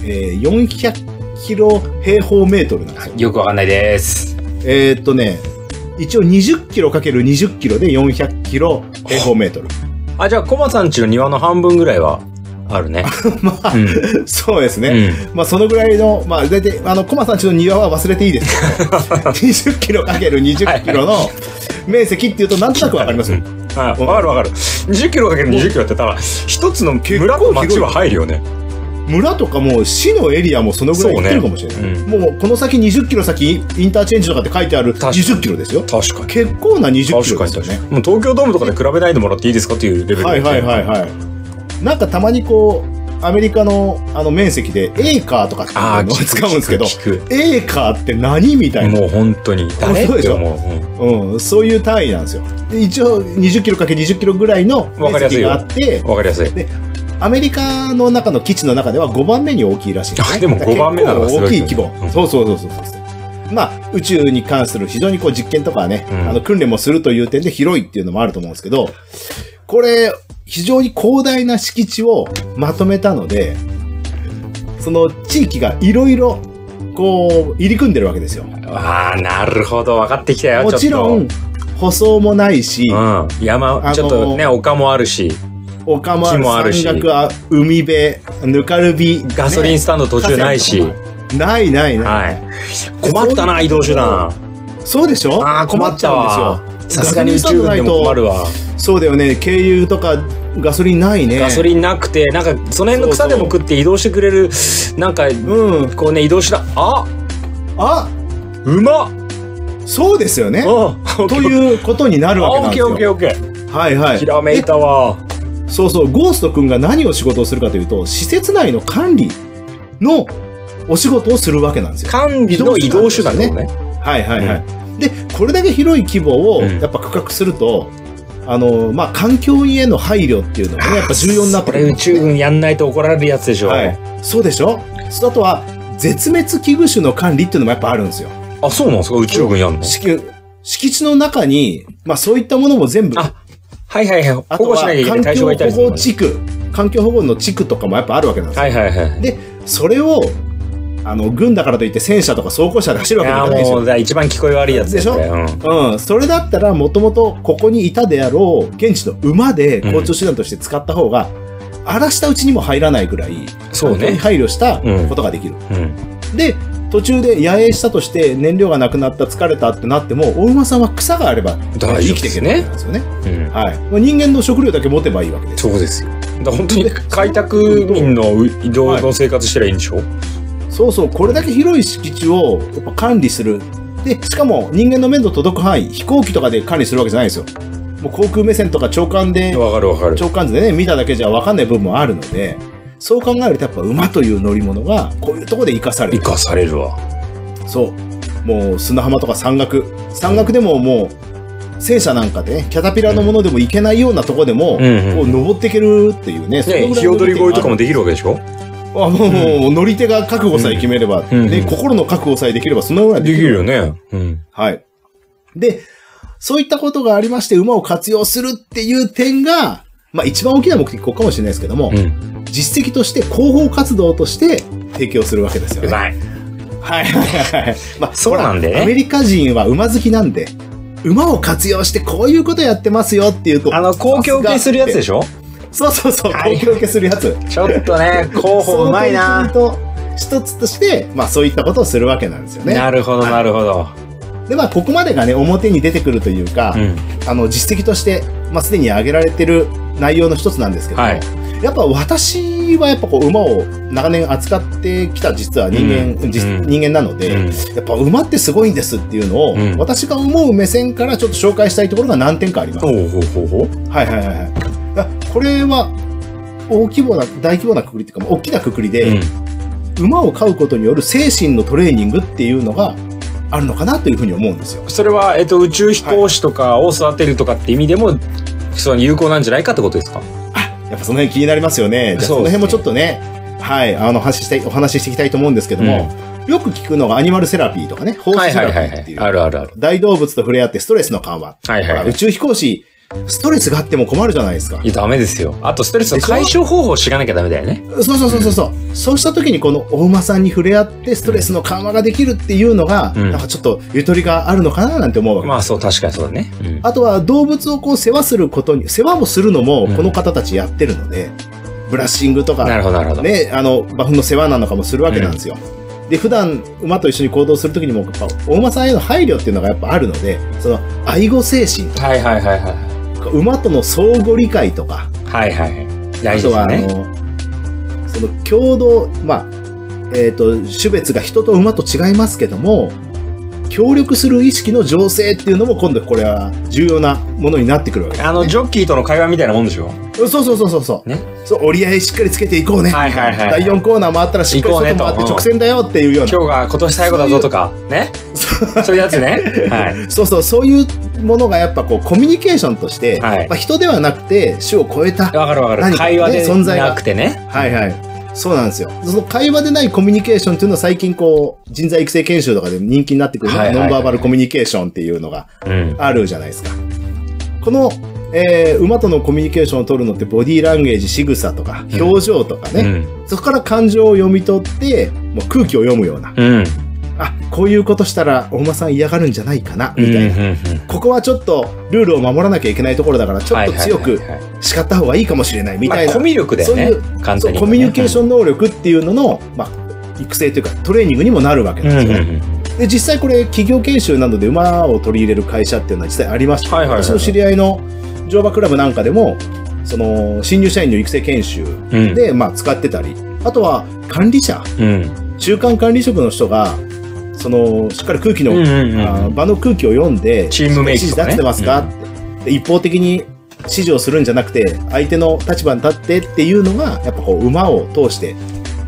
[SPEAKER 1] えー400キロ平方メートルなんですよ。
[SPEAKER 3] よくわかんないです
[SPEAKER 1] えーっとね、一応20キロかける20キロで400キロ平方メートル。
[SPEAKER 3] あじゃあコマさんちの庭の半分ぐらいはあるね
[SPEAKER 1] まあ、
[SPEAKER 3] うん、
[SPEAKER 1] そうですね。
[SPEAKER 3] うん
[SPEAKER 1] まあ、そのぐらいの、まあ、大体、あの、コマさんちの庭は忘れていい ですけど、20キロかける20キロの面積っていうと、なんとなくわかりますよ。
[SPEAKER 3] はい、分かる分かる20キロかける20キロってたら一つの村と町は入るよね
[SPEAKER 1] 村とかもう市のエリアもそのぐらい行ってるかもしれない。
[SPEAKER 3] そう
[SPEAKER 1] もう、この先20キロ先、インターチェンジとかって書いてある
[SPEAKER 3] 確かに
[SPEAKER 1] 20キロですよ。
[SPEAKER 3] 確かに
[SPEAKER 1] 結構な20キ
[SPEAKER 3] 確
[SPEAKER 1] ロ
[SPEAKER 3] か
[SPEAKER 1] で
[SPEAKER 3] に
[SPEAKER 1] すよ
[SPEAKER 3] 確かに
[SPEAKER 1] ね。
[SPEAKER 3] もう東京ドームとかで比べないでもらっていいですかっていうレベル
[SPEAKER 1] はいはいはいはい。なんかたまにこう、アメリカのあの面積でエーカーとかっていうのを使うんですけど、
[SPEAKER 3] 聞く
[SPEAKER 1] エーカーって何みたい
[SPEAKER 3] 聞く
[SPEAKER 1] な、
[SPEAKER 3] もう本当に誰
[SPEAKER 1] そう
[SPEAKER 3] っ
[SPEAKER 1] で
[SPEAKER 3] て
[SPEAKER 1] しょ
[SPEAKER 3] 思う。うん
[SPEAKER 1] うん、そういう単位なんですよ。で一応20キロかけ20キロぐらいの
[SPEAKER 3] わか
[SPEAKER 1] 面
[SPEAKER 3] りやすい
[SPEAKER 1] 積
[SPEAKER 3] よ
[SPEAKER 1] があって、
[SPEAKER 3] わかりやすい。
[SPEAKER 1] アメリカの中の基地の中では5番目に大きいらしいです、
[SPEAKER 3] あ
[SPEAKER 1] ね。
[SPEAKER 3] でも5番目なのがすごい
[SPEAKER 1] 大きい規模
[SPEAKER 3] うん。
[SPEAKER 1] そうそうそうそうそう。まあ、宇宙に関する非常にこう実験とかね、
[SPEAKER 3] うん
[SPEAKER 1] あの訓練もするという点で広いっていうのもあると思うんですけど、これ、非常に広大な敷地をまとめたので、その地域がいろいろ、こう、入り組んでるわけですよ。
[SPEAKER 3] ああ、なるほど。分かってきたよ。
[SPEAKER 1] もちろん
[SPEAKER 3] ち、
[SPEAKER 1] 舗装もないし、
[SPEAKER 3] ょっと。うん。
[SPEAKER 1] あの
[SPEAKER 3] 山、
[SPEAKER 1] ー
[SPEAKER 3] ちょっとね、丘もあるし、
[SPEAKER 1] 丘もあ
[SPEAKER 3] 木
[SPEAKER 1] る
[SPEAKER 3] もあるし
[SPEAKER 1] 山岳は海辺、ぬかるび、
[SPEAKER 3] ガソリンスタンド途中ないし。
[SPEAKER 1] 河川とかもないないない。
[SPEAKER 3] はい。困ったな、移動手段。
[SPEAKER 1] そうでしょ
[SPEAKER 3] ああ、困ったわ
[SPEAKER 1] 困。
[SPEAKER 3] さすがに宇宙軍でも困るわ。
[SPEAKER 1] ちゃうんですよそうだよね。軽油とかガソリンないね。
[SPEAKER 3] ガソリンなくて、なんか、その辺の草でも食って移動してくれる、なんか、
[SPEAKER 1] うん。
[SPEAKER 3] こうね、移動手段。あ
[SPEAKER 1] あ、
[SPEAKER 3] うまっ
[SPEAKER 1] そうですよね。
[SPEAKER 3] うん。
[SPEAKER 1] と
[SPEAKER 3] う
[SPEAKER 1] いうことになるわけ
[SPEAKER 3] オ
[SPEAKER 1] なんで
[SPEAKER 3] ッ
[SPEAKER 1] す
[SPEAKER 3] ケーオッケー
[SPEAKER 1] よ。
[SPEAKER 3] オッケー。
[SPEAKER 1] はいはい
[SPEAKER 3] ひ。らめいたわ。
[SPEAKER 1] そうそう。ゴースト君が何を仕事をするかというと、施設内の管理のお仕事をするわけなんですよ。
[SPEAKER 3] 管理の移動手段ね。
[SPEAKER 1] はいはいはい。で、これだけ広い規模を
[SPEAKER 3] うん
[SPEAKER 1] やっぱ区画すると、あの、まあ、環境への配慮っていうのがね、やっぱ重要になって
[SPEAKER 3] こ
[SPEAKER 1] く
[SPEAKER 3] れ
[SPEAKER 1] るん
[SPEAKER 3] 宇
[SPEAKER 1] ですね
[SPEAKER 3] 宙軍やんないと怒られるやつでしょ。
[SPEAKER 1] はい、そうでしょそうあとは絶滅危惧種の管理っていうのもやっぱあるんですよ
[SPEAKER 3] あ、そうなんですか宇宙軍やんの
[SPEAKER 1] 敷敷地の中に、まあ、そういったものも全部
[SPEAKER 3] あはいはいはい。
[SPEAKER 1] あ
[SPEAKER 3] 保護しなきゃいけな
[SPEAKER 1] 環
[SPEAKER 3] い対象がいた
[SPEAKER 1] 境
[SPEAKER 3] りす
[SPEAKER 1] 保
[SPEAKER 3] る
[SPEAKER 1] 護
[SPEAKER 3] のね
[SPEAKER 1] 地区環境保護の地区とかもやっぱあるわけなんですよ、
[SPEAKER 3] はいはいはい。
[SPEAKER 1] それをあの軍だからといって戦車とか装甲車で走る
[SPEAKER 3] い
[SPEAKER 1] わけにい
[SPEAKER 3] や
[SPEAKER 1] かないんです
[SPEAKER 3] ーも
[SPEAKER 1] よ
[SPEAKER 3] う、だ一番聞こえ悪いやつだよ
[SPEAKER 1] でし
[SPEAKER 3] これ
[SPEAKER 1] うん、それだったらもともとここにいたであろう現地の馬で交通手段として使った方が、荒らしたうちにも入らないぐらい
[SPEAKER 3] うん。そう
[SPEAKER 1] 環境に
[SPEAKER 3] ね。
[SPEAKER 1] 配慮したことができる、
[SPEAKER 3] うん。
[SPEAKER 1] で、途中で野営したとして燃料がなくなった、疲れたってなっても、お馬さんは草があれば
[SPEAKER 3] 大丈夫
[SPEAKER 1] 生
[SPEAKER 3] で
[SPEAKER 1] きてい
[SPEAKER 3] す
[SPEAKER 1] け
[SPEAKER 3] ね
[SPEAKER 1] るんですよね。
[SPEAKER 3] うん。
[SPEAKER 1] はい。まあ人間の食料だけ持てばいいわけです。
[SPEAKER 3] そうですよ。だ本当に開拓民の移動の生活してりゃいいんでしょ
[SPEAKER 1] そうそう、これだけ広い敷地をやっぱ管理する。で、しかも人間の面の届く範囲、飛行機とかで管理するわけじゃないですよ。もう航空目線とか長官で、
[SPEAKER 3] わかるわかる。
[SPEAKER 1] 長官図でね、見ただけじゃわかんない部分もあるので、そう考えるとやっぱ馬という乗り物がこういうところで生かされ
[SPEAKER 3] 生
[SPEAKER 1] る。
[SPEAKER 3] かされるわ。
[SPEAKER 1] そう。もう砂浜とか山岳。山岳でももう、戦車なんかでね、キャタピラのものでも行けないようなとこでも、
[SPEAKER 3] うんうん
[SPEAKER 1] こう登っていけるっていうね。その
[SPEAKER 3] ね
[SPEAKER 1] ぐらい
[SPEAKER 3] 日
[SPEAKER 1] の
[SPEAKER 3] 踊り声とかもできるわけでしょ
[SPEAKER 1] あもう、もう乗り手が覚悟さえ決めれば、
[SPEAKER 3] うん
[SPEAKER 1] ね
[SPEAKER 3] うん
[SPEAKER 1] 心の覚悟さえできれば、そのぐらい
[SPEAKER 3] できるよね。うん。
[SPEAKER 1] はい。で、そういったことがありまして、馬を活用するっていう点が、まあ一番大きな目的、ここかもしれないですけども、
[SPEAKER 3] うん。
[SPEAKER 1] 実績として広報活動として提供するわけですよね。
[SPEAKER 3] うまい。
[SPEAKER 1] はい はいはい。まあ、
[SPEAKER 3] そうなんでね
[SPEAKER 1] ほらアメリカ人は馬好きなんで、馬を活用してこういうことやってますよっていうと。
[SPEAKER 3] あの、公共受けするやつでしょ
[SPEAKER 1] そうそうそう、
[SPEAKER 3] はい
[SPEAKER 1] 公共受けするやつ。
[SPEAKER 3] ちょっと ね、候補うまいな。
[SPEAKER 1] その点々と一つとして、まあそういったことをするわけなんですよね。
[SPEAKER 3] なるほど、なるほど。
[SPEAKER 1] で、まあここまでがね、表に出てくるというか、
[SPEAKER 3] うん。
[SPEAKER 1] あの、実績として、まあすでに挙げられてる内容の一つなんですけども、
[SPEAKER 3] はい
[SPEAKER 1] やっぱ私はやっぱこう馬を長年扱ってきた実は人間、
[SPEAKER 3] うん
[SPEAKER 1] 実
[SPEAKER 3] うん
[SPEAKER 1] 人間なので、
[SPEAKER 3] うん
[SPEAKER 1] やっぱ馬ってすごいんですっていうのを、
[SPEAKER 3] うん
[SPEAKER 1] 私が思う目線からちょっと紹介したいところが何点かあります。
[SPEAKER 3] ほうほうほうほう。
[SPEAKER 1] はいはいはいはいあ。これは大規模な、大規模なくくりっていうか、大きなくくりで、
[SPEAKER 3] うん。
[SPEAKER 1] 馬を飼うことによる精神のトレーニングっていうのがあるのかなというふうに思うんですよ。
[SPEAKER 3] それは、えっと、宇宙飛行士とかを育てるとかって意味でも、その有効なんじゃないかってことですか
[SPEAKER 1] やっぱその辺気になりますよね。じゃあそ
[SPEAKER 3] そう
[SPEAKER 1] の
[SPEAKER 3] ですね
[SPEAKER 1] 辺もちょっとね、はい、あの、話したい、お話ししていきたいと思うんですけども、よく聞くのがアニマルセラピーとかね、ホー
[SPEAKER 3] は
[SPEAKER 1] ス
[SPEAKER 3] い
[SPEAKER 1] セ
[SPEAKER 3] はい
[SPEAKER 1] ラピ
[SPEAKER 3] は
[SPEAKER 1] ー
[SPEAKER 3] いは
[SPEAKER 1] ってい
[SPEAKER 3] い。
[SPEAKER 1] う。
[SPEAKER 3] あるあるある。
[SPEAKER 1] 大動物と触れ合ってストレスの緩和。
[SPEAKER 3] はいはいはい
[SPEAKER 1] ほら宇宙飛行士、ストレスがあっても困るじゃないですか
[SPEAKER 3] い。や、ダメですよ。あと、ストレスの
[SPEAKER 1] でしょ
[SPEAKER 3] 解消方法を知らなきゃダメだよね。
[SPEAKER 1] そうそうそうそうそう、そうした時にこのお馬さんに触れ合ってストレスの緩和ができるっていうのが、
[SPEAKER 3] うん
[SPEAKER 1] なんかちょっとゆとりがあるのかななんて思うわけ、
[SPEAKER 3] まあ、そう、確かにそうだね。うん
[SPEAKER 1] あとは動物をこう世話することに世話もするのも
[SPEAKER 3] うん
[SPEAKER 1] この方たちやってるので、ブラッシングと
[SPEAKER 3] な
[SPEAKER 1] か
[SPEAKER 3] るほど、なるほど。
[SPEAKER 1] ねあの馬糞の世話なんかもするわけなんですよ、で普段馬と一緒に行動する時にもやっぱお馬さんへの配慮っていうのがやっぱあるのでその愛護精神
[SPEAKER 3] はいはいはいはい。
[SPEAKER 1] とか馬との相互理解とか
[SPEAKER 3] はいはいはい。大
[SPEAKER 1] あと
[SPEAKER 3] 事です
[SPEAKER 1] は、あの、
[SPEAKER 3] ね。
[SPEAKER 1] その共同、まあ、えっ、と、種別が人と馬と違いますけども、協力する意識の醸成っていうのも今度これは重要なものになってくるわけ
[SPEAKER 3] あの、ジョッキーとの会話みたいなもんでしょ
[SPEAKER 1] そうそうそうそうそう。
[SPEAKER 3] ね
[SPEAKER 1] そう折り合いしっかりつけていこうね。
[SPEAKER 3] はいはいは
[SPEAKER 1] 第
[SPEAKER 3] い
[SPEAKER 1] 4コーナー回ったらしっかり
[SPEAKER 3] 行こうね
[SPEAKER 1] 外
[SPEAKER 3] と
[SPEAKER 1] 回って
[SPEAKER 3] うん
[SPEAKER 1] 直線だよっていうような。
[SPEAKER 3] 今日が今年最後だぞとか、ね。そういうやつね。 はい。
[SPEAKER 1] そうそう、そういうものがやっぱこうコミュニケーションとして、
[SPEAKER 3] はい
[SPEAKER 1] まあ、人ではなくて種を超えた。
[SPEAKER 3] わかるわかる。
[SPEAKER 1] 何かね
[SPEAKER 3] 会話で
[SPEAKER 1] 存在が
[SPEAKER 3] なくてね。
[SPEAKER 1] はいはい。そうなんですよ。その会話でないコミュニケーションっていうのは最近こう人材育成研修とかで人気になってくるのが、
[SPEAKER 3] はいはいはい
[SPEAKER 1] ノンバーバルコミュニケーションっていうのが
[SPEAKER 3] うん。
[SPEAKER 1] あるじゃないですか。この、えー馬とのコミュニケーションを取るのってボディーランゲージ、仕草とか
[SPEAKER 3] うん
[SPEAKER 1] 表情とかね、
[SPEAKER 3] うん。
[SPEAKER 1] そこから感情を読み取って、もう空気を読むような、
[SPEAKER 3] うん。
[SPEAKER 1] あ、こういうことしたらお馬さん嫌がるんじゃないかな、みたいな。
[SPEAKER 3] うんうん
[SPEAKER 1] ここはちょっとルールを守らなきゃいけないところだから、ちょっと強
[SPEAKER 3] はい
[SPEAKER 1] く
[SPEAKER 3] はいはいはい
[SPEAKER 1] 叱った方がいいかもしれない、みたい
[SPEAKER 3] ま
[SPEAKER 1] な。
[SPEAKER 3] あコミュ力だよね
[SPEAKER 1] そうい。
[SPEAKER 3] 簡
[SPEAKER 1] そう
[SPEAKER 3] 単に言うとね。
[SPEAKER 1] コミュニケーション能力っていうのの、まあ、育成というかトレーニングにもなるわけなんですよね。
[SPEAKER 3] うんうんうん
[SPEAKER 1] で実際これ企業研修などで馬を取り入れる会社っていうのは実際ありまして、
[SPEAKER 3] はいはいはいはい
[SPEAKER 1] 私の知り合いの乗馬クラブなんかでもその新入社員の育成研修
[SPEAKER 3] うん。
[SPEAKER 1] で、まあ、使ってたりあとは管理者
[SPEAKER 3] うん、
[SPEAKER 1] 中間管理職の人がそのしっかり空気の、
[SPEAKER 3] うんうんうん
[SPEAKER 1] あー場の空気を読んで
[SPEAKER 3] チームメイク
[SPEAKER 1] 指示
[SPEAKER 3] とか
[SPEAKER 1] 出
[SPEAKER 3] ね
[SPEAKER 1] してますか、ってで一方的に指示をするんじゃなくて相手の立場に立ってっていうのがやっぱこう馬を通して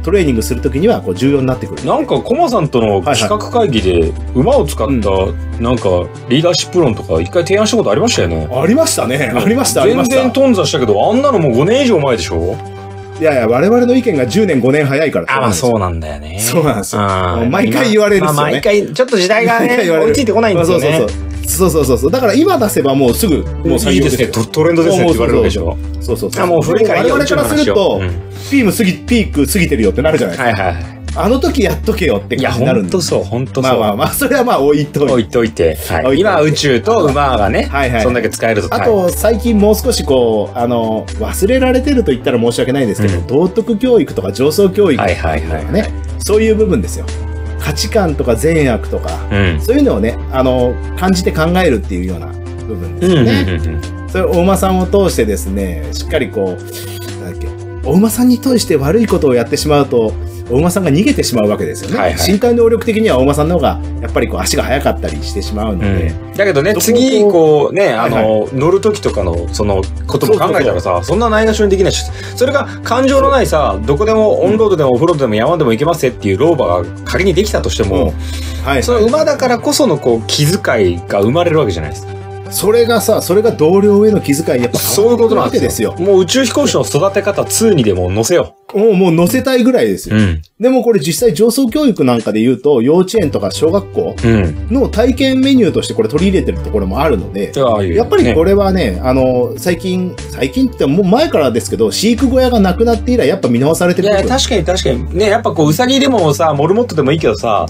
[SPEAKER 1] トレーニングするときにはこう重要になってくる
[SPEAKER 3] なんかコマさんとの企画会議で馬を使った
[SPEAKER 1] うん
[SPEAKER 3] なんかリーダーシップ論とか一回提案したことありましたよね。
[SPEAKER 1] ありましたね。ありました、ありま
[SPEAKER 3] 全
[SPEAKER 1] した。
[SPEAKER 3] 然頓挫したけどあんなのもう5年以上前でしょ
[SPEAKER 1] いやいや、我々の意見が10年、5年早いから。
[SPEAKER 3] あまあそううなんだよね。
[SPEAKER 1] そうなんですよ
[SPEAKER 3] あー
[SPEAKER 1] もう毎回言われるっすよね
[SPEAKER 3] まあ毎回ちょっと時代が
[SPEAKER 1] 毎回
[SPEAKER 3] ね
[SPEAKER 1] 言われ
[SPEAKER 3] 追
[SPEAKER 1] る
[SPEAKER 3] いついてこないんですよね。
[SPEAKER 1] そうそうそうそうそうそう。だから今出せばもうすぐ、もう採
[SPEAKER 3] いい
[SPEAKER 1] 用で
[SPEAKER 3] で
[SPEAKER 1] すす
[SPEAKER 3] ね
[SPEAKER 1] よ。
[SPEAKER 3] トトレンドですねって言われるわけでしょ。
[SPEAKER 1] そうそうそう。
[SPEAKER 3] あもう古いからいい
[SPEAKER 1] で
[SPEAKER 3] よ
[SPEAKER 1] も我々からすると、
[SPEAKER 3] うちの話
[SPEAKER 1] ピーム過ぎ、ピーク過ぎてるよってなるじゃないですか。
[SPEAKER 3] はいはいは
[SPEAKER 1] あの時やっとけよって
[SPEAKER 3] い。いや
[SPEAKER 1] 感じになる
[SPEAKER 3] 本
[SPEAKER 1] んで
[SPEAKER 3] 当。そう本当
[SPEAKER 1] ま
[SPEAKER 3] そ
[SPEAKER 1] あ
[SPEAKER 3] う。
[SPEAKER 1] まあまあ、それはまあ置いと
[SPEAKER 3] 置
[SPEAKER 1] いて。
[SPEAKER 3] いといて、はい
[SPEAKER 1] 置いといて
[SPEAKER 3] 今は宇宙と馬がね、
[SPEAKER 1] はいはい
[SPEAKER 3] そんだけ使えると。
[SPEAKER 1] あと、最近もう少しこう、あの、忘れられてると言ったら申し訳ないですけど、
[SPEAKER 3] うん
[SPEAKER 1] 道徳教育とか上層教育と
[SPEAKER 3] はい
[SPEAKER 1] か
[SPEAKER 3] はいはいはい
[SPEAKER 1] ね、そういう部分ですよ。価値観とか善悪とか、
[SPEAKER 3] はい、
[SPEAKER 1] そういうのをね、あの、感じて考えるっていうような部分で
[SPEAKER 3] うん
[SPEAKER 1] す
[SPEAKER 3] うん
[SPEAKER 1] よ
[SPEAKER 3] うん
[SPEAKER 1] ね。
[SPEAKER 3] うんうん。
[SPEAKER 1] それをお馬さんを通してですね、しっかりこう、なんだっけ、お馬さんに対して悪いことをやってしまうと、お馬さんが逃げてしまうわけですよね。
[SPEAKER 3] はいはい
[SPEAKER 1] 身体能力的にはお馬さんの方が、やっぱりこう足が速かったりしてしまうので、
[SPEAKER 3] だけどね
[SPEAKER 1] どこ
[SPEAKER 3] 次こうねあの、
[SPEAKER 1] はい
[SPEAKER 3] 乗る時とかのそのことも考えたらさそんなないがしろにできないしそれが感情のないさどこでもオンロードでもオフロードでも山でも行けますよっていう老婆が仮にできたとして
[SPEAKER 1] もう
[SPEAKER 3] も、、
[SPEAKER 1] はい。
[SPEAKER 3] その馬だからこそのこう気遣いが生まれるわけじゃないですか
[SPEAKER 1] それがさ、それが同僚への気遣い、やっぱ
[SPEAKER 3] そういうことなん
[SPEAKER 1] 変わってくるわけ
[SPEAKER 3] で
[SPEAKER 1] ですす
[SPEAKER 3] よ
[SPEAKER 1] よ。
[SPEAKER 3] もう宇宙飛行士の育て方2にでも乗せよ
[SPEAKER 1] もう、もう乗せたいぐらいです
[SPEAKER 3] う
[SPEAKER 1] よ。
[SPEAKER 3] ん
[SPEAKER 1] でもこれ実際上層教育なんかで言うと、幼稚園とか小学校
[SPEAKER 3] うん
[SPEAKER 1] の体験メニューとしてこれ取り入れてるところもあるので、
[SPEAKER 3] ああいう
[SPEAKER 1] やっぱりこ
[SPEAKER 3] れ、
[SPEAKER 1] れはね、あの、最近、最近ってもう前からですけど、飼育小屋がなくなって以来やっぱ見直されて
[SPEAKER 3] い
[SPEAKER 1] る部
[SPEAKER 3] や
[SPEAKER 1] 分
[SPEAKER 3] 確かに確かにねやっぱこうウサギでもさモルモットでもいいけどさ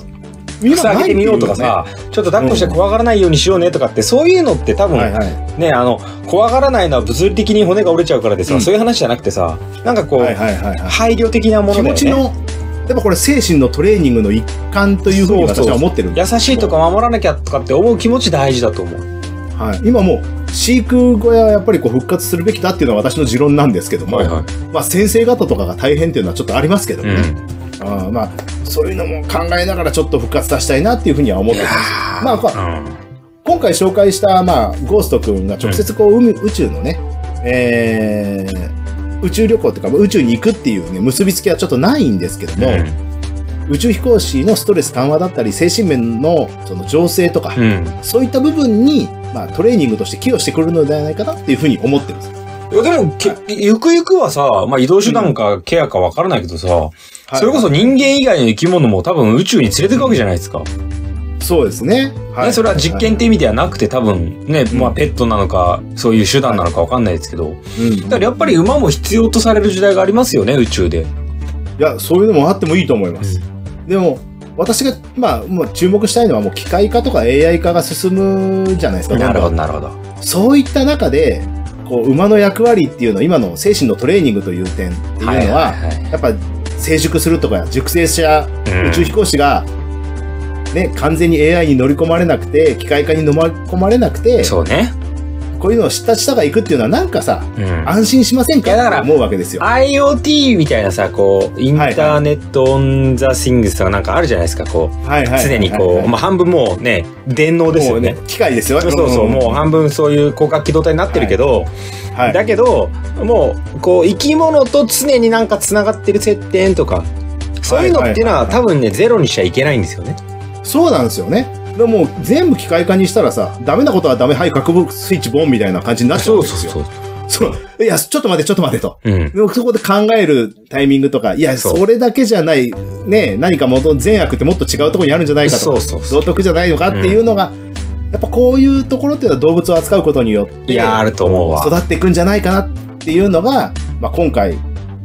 [SPEAKER 3] 草あげてみようとかさ、ちょっと抱っこして怖がらないようにしようねとかって、そういうのって多分、
[SPEAKER 1] 今ないっていうねはい
[SPEAKER 3] ね、あの、怖がらないのは物理的に骨が折れちゃうからでさ、
[SPEAKER 1] うん
[SPEAKER 3] そういう話じゃなくてさ、なんかこう、
[SPEAKER 1] はい。はいはいはいはい。
[SPEAKER 3] 配慮的なもの
[SPEAKER 1] 気
[SPEAKER 3] だよ
[SPEAKER 1] 持
[SPEAKER 3] ね
[SPEAKER 1] ちの、やっぱこれ精神のトレーニングの一環というふうに
[SPEAKER 3] そ
[SPEAKER 1] 私
[SPEAKER 3] うそう
[SPEAKER 1] は思ってるんで
[SPEAKER 3] 優しいとか守らなきゃとかって思う気持ち大事だと思う。
[SPEAKER 1] はい、今もう、飼育小屋はやっぱりこう復活するべきだっていうのは私の持論なんですけども、
[SPEAKER 3] はい。
[SPEAKER 1] まあ先生方とかが大変っていうのはちょっとありますけど
[SPEAKER 3] う
[SPEAKER 1] ね、
[SPEAKER 3] ん。
[SPEAKER 1] あーまあそういうのも考えながらちょっと復活させたいなっていうふうには思ってます。まあこう今回紹介した、まあ、ゴースト君が直接こう、海宇宙のね、えー、宇宙旅行というかまあ宇宙に行くっていうね結びつきはちょっとないんですけども、宇宙飛行士のストレス緩和だったり精神面のその情勢とか、
[SPEAKER 3] うん。うん。
[SPEAKER 1] そういった部分に、まあ、トレーニングとして寄与してくるのではないかなっていうふうに思ってるんです。
[SPEAKER 3] いやでも、けゆくゆくはさ、まあ、移動手段かケアかわからないけどさ、それこそ人間以外の生き物も多分宇宙に連れていくわけじゃないですか。
[SPEAKER 1] そうですね。は
[SPEAKER 3] ね、それは実験って意味ではなくて多分ね、まあペットなのか、そういう手段なのかわかんないですけど、
[SPEAKER 1] うん
[SPEAKER 3] だからやっぱり馬も必要とされる時代がありますよね、宇宙で。
[SPEAKER 1] いや、そういうのもあってもいいと思います。でも、私が、まあ、もう注目したいのは、もう機械化とか AI 化が進むじゃないですか。
[SPEAKER 3] なるほ
[SPEAKER 1] どん
[SPEAKER 3] ど、なるほど。
[SPEAKER 1] どんそういった中で、こう、馬の役割っていうの、今の精神のトレーニングという点っていうのは、
[SPEAKER 3] い
[SPEAKER 1] やっぱ成熟するとか、熟成者、
[SPEAKER 3] うん
[SPEAKER 1] 宇宙飛行士が、ね、完全に AI に乗り込まれなくて、機械化に飲ま込まれなくて、
[SPEAKER 3] そうね。
[SPEAKER 1] こういうのを知った下が行くっていうのはなんかさ、
[SPEAKER 3] うん
[SPEAKER 1] 安心しません
[SPEAKER 3] いやだ
[SPEAKER 1] か
[SPEAKER 3] から
[SPEAKER 1] って思うわけですよ。
[SPEAKER 3] IoT みたいなさ、こう、インターネットオンザシングスとかなんかあるじゃないですか、こう。
[SPEAKER 1] はいはいはいはい
[SPEAKER 3] 常にこう、まあ半分もうね、電脳です
[SPEAKER 1] も
[SPEAKER 3] よ
[SPEAKER 1] う
[SPEAKER 3] ね
[SPEAKER 1] ね。、機械ですよ。
[SPEAKER 3] そうそう、もう半分そういう高楽器動体になってるけど、
[SPEAKER 1] うん。はい。
[SPEAKER 3] だけど、もう、こう、生き物と常になんか繋がってる接点とか、そういうのっていうのは
[SPEAKER 1] はいはい
[SPEAKER 3] 多分ね、ゼロにしちゃいけないんですよね。
[SPEAKER 1] そうなんですよね。でも全部機械化にしたらさ、ダメなことはダメ、はい、核部スイッチボンみたいな感じになっちゃうんですよ。
[SPEAKER 3] う。
[SPEAKER 1] そういや、ちょっと待て、ちょっと待てと。
[SPEAKER 3] うん。
[SPEAKER 1] でもそこで考えるタイミングとか、いや、
[SPEAKER 3] そう
[SPEAKER 1] それだけじゃない、ね、何か元の善悪ってもっと違うところにあるんじゃないかとか、
[SPEAKER 3] そうそうそう
[SPEAKER 1] 道徳じゃないのかっていうのが、やっぱこういうところっていうのは動物を扱うことによって、
[SPEAKER 3] いやー、あると思うわ。
[SPEAKER 1] 育っていくんじゃないかなっていうのが、まあ、今回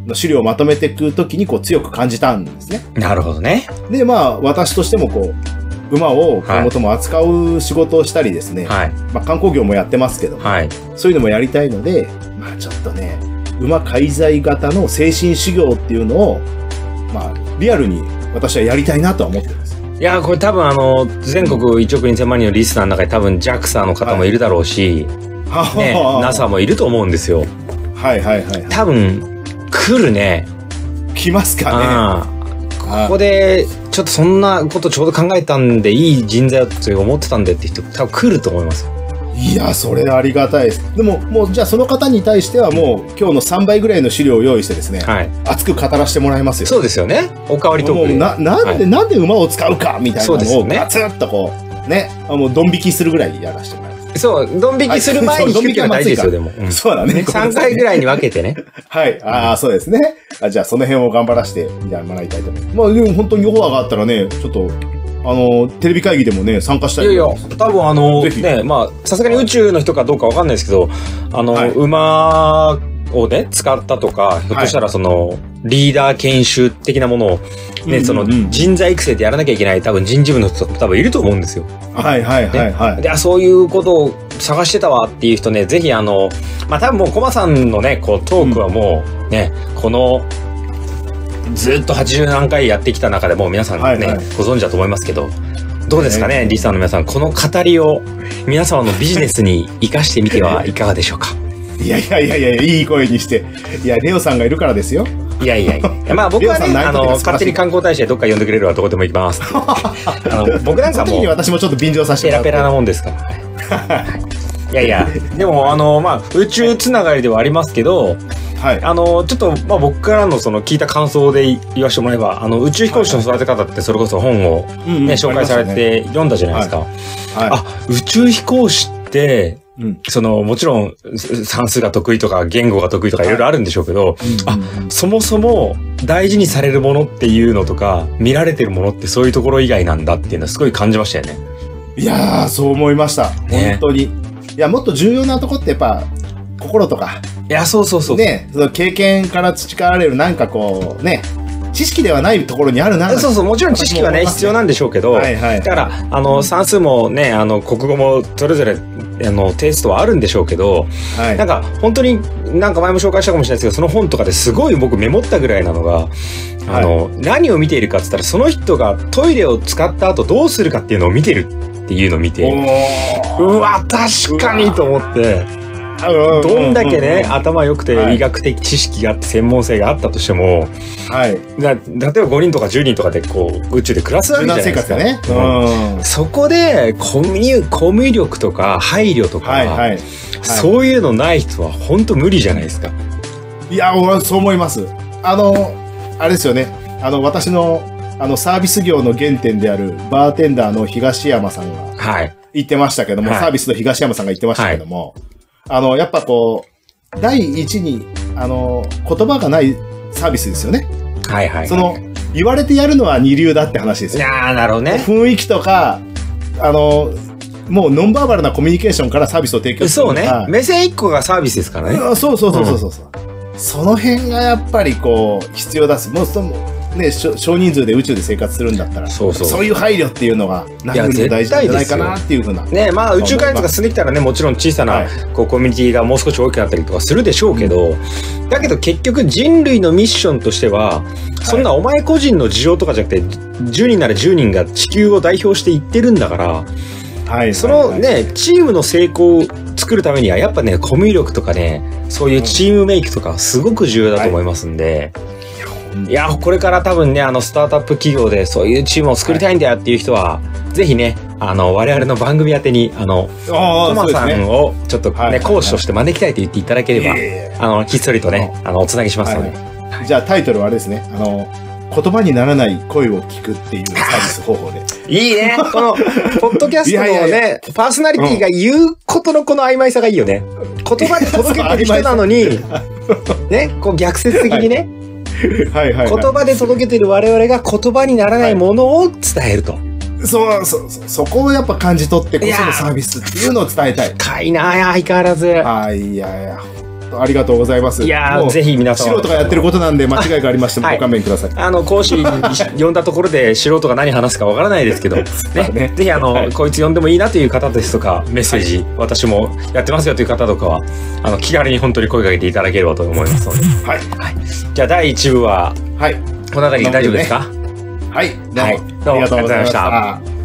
[SPEAKER 1] の資料をまとめていくときにこう強く感じたんですね。
[SPEAKER 3] なるほどね。
[SPEAKER 1] で、まあ、私としてもこう、馬を今後とも扱う仕事をしたりですね、
[SPEAKER 3] はい。
[SPEAKER 1] まあ、観光業もやってますけど、
[SPEAKER 3] はい。
[SPEAKER 1] そういうのもやりたいので、まあちょっとね、馬介在型の精神修行っていうのを、まあリアルに私はやりたいなとは思ってます。
[SPEAKER 3] いやーこれ多分あの、全国1億2000万人のリスナーの中に多分 JAXA の方もいるだろうし、 ね、NASA もいると思うんですよ。
[SPEAKER 1] はいはいはい。
[SPEAKER 3] 多分、来るね。
[SPEAKER 1] 来ますかね。
[SPEAKER 3] ああ
[SPEAKER 1] は
[SPEAKER 3] ここで、ちょっとそんなことちょうど考えたんで、いい人材だと思ってたんでって人、多分来ると思います。
[SPEAKER 1] いいや、それありがたいです。でも、もうじゃあその方に対してはもう今日の3倍ぐらいの資料を用意してですね、
[SPEAKER 3] はい。
[SPEAKER 1] 熱く語らせてもらいますよ。
[SPEAKER 3] そうですよね。おかわりトー
[SPEAKER 1] も
[SPEAKER 3] ク
[SPEAKER 1] う
[SPEAKER 3] で。
[SPEAKER 1] ななんで、なんで馬を使うかみたい
[SPEAKER 3] そう
[SPEAKER 1] な
[SPEAKER 3] です
[SPEAKER 1] の
[SPEAKER 3] よ
[SPEAKER 1] を
[SPEAKER 3] ね
[SPEAKER 1] ガツッとこう、ね、あもうドン引きするぐらいやらせてもらいます。
[SPEAKER 3] そう、ドン引きする前に
[SPEAKER 1] はい
[SPEAKER 3] 聞くのは大事ですよ、でも。
[SPEAKER 1] そうだね。
[SPEAKER 3] 3回ぐらいに分けてね。
[SPEAKER 1] はい。ああ、そうですね。あじゃあ、その辺を頑張らせて、じゃあ、学びたいと思います。まあ、でも本当にオファーがあったらね、ちょっと、あの、テレビ会議でもね、参加したい
[SPEAKER 3] いや
[SPEAKER 1] と
[SPEAKER 3] いや
[SPEAKER 1] 思ます、
[SPEAKER 3] 多分あの、
[SPEAKER 1] ぜひ
[SPEAKER 3] ね、まあ、さすがに宇宙の人かどうかわかんないですけど、あの、
[SPEAKER 1] はい
[SPEAKER 3] 馬をね、使ったとか、ひょっとしたらその、リーダー研修的なものを、
[SPEAKER 1] うんうん
[SPEAKER 3] ね、
[SPEAKER 1] うん
[SPEAKER 3] その、人材育成でやらなきゃいけない、多分人事部の人多分いると思うんですよ。
[SPEAKER 1] はいはいはいはい。
[SPEAKER 3] で、あ、そういうことを探してたわっていう人ね、ぜひあの、まあ、多分もうコマさんのね、こう、トークはもう、ね、この、ずっと80何回やってきた中でもう皆さんね、
[SPEAKER 1] はいはい
[SPEAKER 3] ご存知だと思いますけど、どうですかね、リスナーの皆さん、この語りを皆様のビジネスに生かしてみてはいかがでしょうか
[SPEAKER 1] いやいやいやいや、いい声にして。いや、レオさんがいるからですよ。
[SPEAKER 3] いやいやいや。まあ僕は
[SPEAKER 1] レオさん
[SPEAKER 3] ね、
[SPEAKER 1] 泣い
[SPEAKER 3] あ
[SPEAKER 1] てて素晴
[SPEAKER 3] の、勝
[SPEAKER 1] らしい
[SPEAKER 3] 手に観光大使でどっか呼んでくれるわ、どこでも行き ます。あの僕なん
[SPEAKER 1] そ
[SPEAKER 3] か
[SPEAKER 1] の時
[SPEAKER 3] もう
[SPEAKER 1] に、私もちょっと便乗させて
[SPEAKER 3] ペ
[SPEAKER 1] もら
[SPEAKER 3] ラ
[SPEAKER 1] っ
[SPEAKER 3] ペ
[SPEAKER 1] て。
[SPEAKER 3] ラなもんです から。いやいや、でも、あの、まあ、宇宙つながりではありますけど、
[SPEAKER 1] はい。
[SPEAKER 3] あの、ちょっと、まあ、僕からのその聞いた感想で言わせてもらえば、あの、宇宙飛行士の育て方ってそれこそ本をね、
[SPEAKER 1] うんうん
[SPEAKER 3] 紹介されて読んだじゃないですか。
[SPEAKER 1] はい。
[SPEAKER 3] あ、宇宙飛行士って、
[SPEAKER 1] うん。
[SPEAKER 3] その、もちろん、す算数が得意とか、言語が得意とか、いろいろあるんでしょうけど、あそもそも大事にされるものっていうのとか、見られてるものってそういうところ以外なんだっていうのはすごい感じましたよね。
[SPEAKER 1] いやー、そう思いました。
[SPEAKER 3] ね
[SPEAKER 1] 本当に。いや、もっと重要なとこってやっぱ、心とか、
[SPEAKER 3] いや、そうそうそう。
[SPEAKER 1] ね、その経験から培われるなんかこう、ね、知識ではないところにあるな。
[SPEAKER 3] そうそう、もちろん知識はね、
[SPEAKER 1] もう
[SPEAKER 3] 必要なんでしょうけど、
[SPEAKER 1] はいはい
[SPEAKER 3] だから、あの、算数もね、あの、国語もそれぞれ、あの、テストはあるんでしょうけど、
[SPEAKER 1] はい。
[SPEAKER 3] なんか、本当に、なんか前も紹介したかもしれないですけど、その本とかですごい僕メモったぐらいなのが、あの、何を見ているかって言ったら、その人がトイレを使った後どうするかっていうのを見てるっていうのを見て、う
[SPEAKER 1] お
[SPEAKER 3] わ、確かにと思って、
[SPEAKER 1] ー
[SPEAKER 3] どんだけね、頭良く
[SPEAKER 1] は
[SPEAKER 3] て
[SPEAKER 1] い
[SPEAKER 3] 医学的知識があって専門性があったとしても、
[SPEAKER 1] はい。
[SPEAKER 3] だ例えば5人とか10人とかでこう宇宙で暮らすわ
[SPEAKER 1] 柔
[SPEAKER 3] けじゃ
[SPEAKER 1] 軟生
[SPEAKER 3] ないで
[SPEAKER 1] 活
[SPEAKER 3] すか。
[SPEAKER 1] がね。うん。
[SPEAKER 3] そこでコミュ、コミュ力とか配慮とか、
[SPEAKER 1] はいはい。
[SPEAKER 3] そういうのない人は本当無理じゃないですか。
[SPEAKER 1] いや、俺はそう思います。あの、あれですよね。あの、私の、あの、サービス業の原点である、バーテンダーの東山さんが
[SPEAKER 3] はい。
[SPEAKER 1] 言ってましたけども、
[SPEAKER 3] はい
[SPEAKER 1] サービスの東山さんが言ってましたけども、あの、やっぱこう、第一に、あの、言葉がないサービスですよね。
[SPEAKER 3] はいはい。
[SPEAKER 1] その、言われてやるのは二流だって話ですよ
[SPEAKER 3] いやー、なるほどね。
[SPEAKER 1] 雰囲気とか、あの、もうノンバーバルなコミュニケーションからサービスを提供する
[SPEAKER 3] そう
[SPEAKER 1] と
[SPEAKER 3] ね
[SPEAKER 1] か。
[SPEAKER 3] 目線一個がサービスですからね。
[SPEAKER 1] うんそうそうそうそうそうそう。その辺がやっぱりこう、必要だし、もうその、ね、少少人数で宇宙で生活するんだったら、
[SPEAKER 3] そうそう
[SPEAKER 1] いう配慮っていうのが何よりも大事なんじゃないかなっていうふうな。
[SPEAKER 3] ねまあ宇宙開発が進んできたらね、もちろん小さ
[SPEAKER 1] は
[SPEAKER 3] ないこうコミュニティがもう少し大きくなったりとかするでしょうけど、だけど結局人類のミッションとしては、そんなお前個人の事情とかじゃなくて、10人なら10人が地球を代表していってるんだから、
[SPEAKER 1] はい。
[SPEAKER 3] その
[SPEAKER 1] はい、
[SPEAKER 3] ね、チームの成功を作るためには、やっぱね、コミュ力とかね、そういうチームメイクとか、すごく重要だと思いますんで、いや、これから多分ね、あの、スタートアップ企業で、そういうチームを作りたいんだよっていう人は、ぜひね、あの、我々の番組宛てに、あの、
[SPEAKER 1] あ
[SPEAKER 3] コ
[SPEAKER 1] あ、そ
[SPEAKER 3] マ
[SPEAKER 1] うです
[SPEAKER 3] さ
[SPEAKER 1] ね。
[SPEAKER 3] んを、ちょっとね、
[SPEAKER 1] はいはいはい
[SPEAKER 3] 講師として招きたいと言っていただければ、あの、ひっそりとね、あの、おつなぎしますので。
[SPEAKER 1] はいじゃあタイトルはあれですね。あの、言葉にならない声を聞くっていうサービス方 法で。
[SPEAKER 3] い いね。この、ポッドキャストのね、
[SPEAKER 1] いやいや
[SPEAKER 3] パーソナリティが言うことのこの曖昧さがいいよ ね。言葉で届けてる人なのに、ね、こう逆説的にね、
[SPEAKER 1] はいはい、
[SPEAKER 3] 言葉で届けてる我々が言葉にならないものを伝えると。
[SPEAKER 1] そうそうそうそこをやっぱ感じ取ってこそのサービスっていうのを伝えたい。
[SPEAKER 3] かいな相変わらず。
[SPEAKER 1] はい、いやいや、本当ありがとうございます。
[SPEAKER 3] いや
[SPEAKER 1] も
[SPEAKER 3] ー、
[SPEAKER 1] う
[SPEAKER 3] ぜひ皆さん。
[SPEAKER 1] 素人がやってることなんで間違いがありましても
[SPEAKER 3] はい
[SPEAKER 1] ご勘弁ください。
[SPEAKER 3] あの、講師に呼んだところで素人が何話すかわからないですけど、ね、
[SPEAKER 1] ね
[SPEAKER 3] ぜひあの、
[SPEAKER 1] はい
[SPEAKER 3] こいつ呼んでもいいなという方ですとか、メッセージ、私もやってますよという方とかは、あの、気軽に本当に声かけていただければと思いますので。
[SPEAKER 1] はい
[SPEAKER 3] じゃあ、第1部は、
[SPEAKER 1] はい。
[SPEAKER 3] この辺りで大丈夫ですか
[SPEAKER 1] はい。どうも
[SPEAKER 3] はいどうも
[SPEAKER 1] ありがとうございました。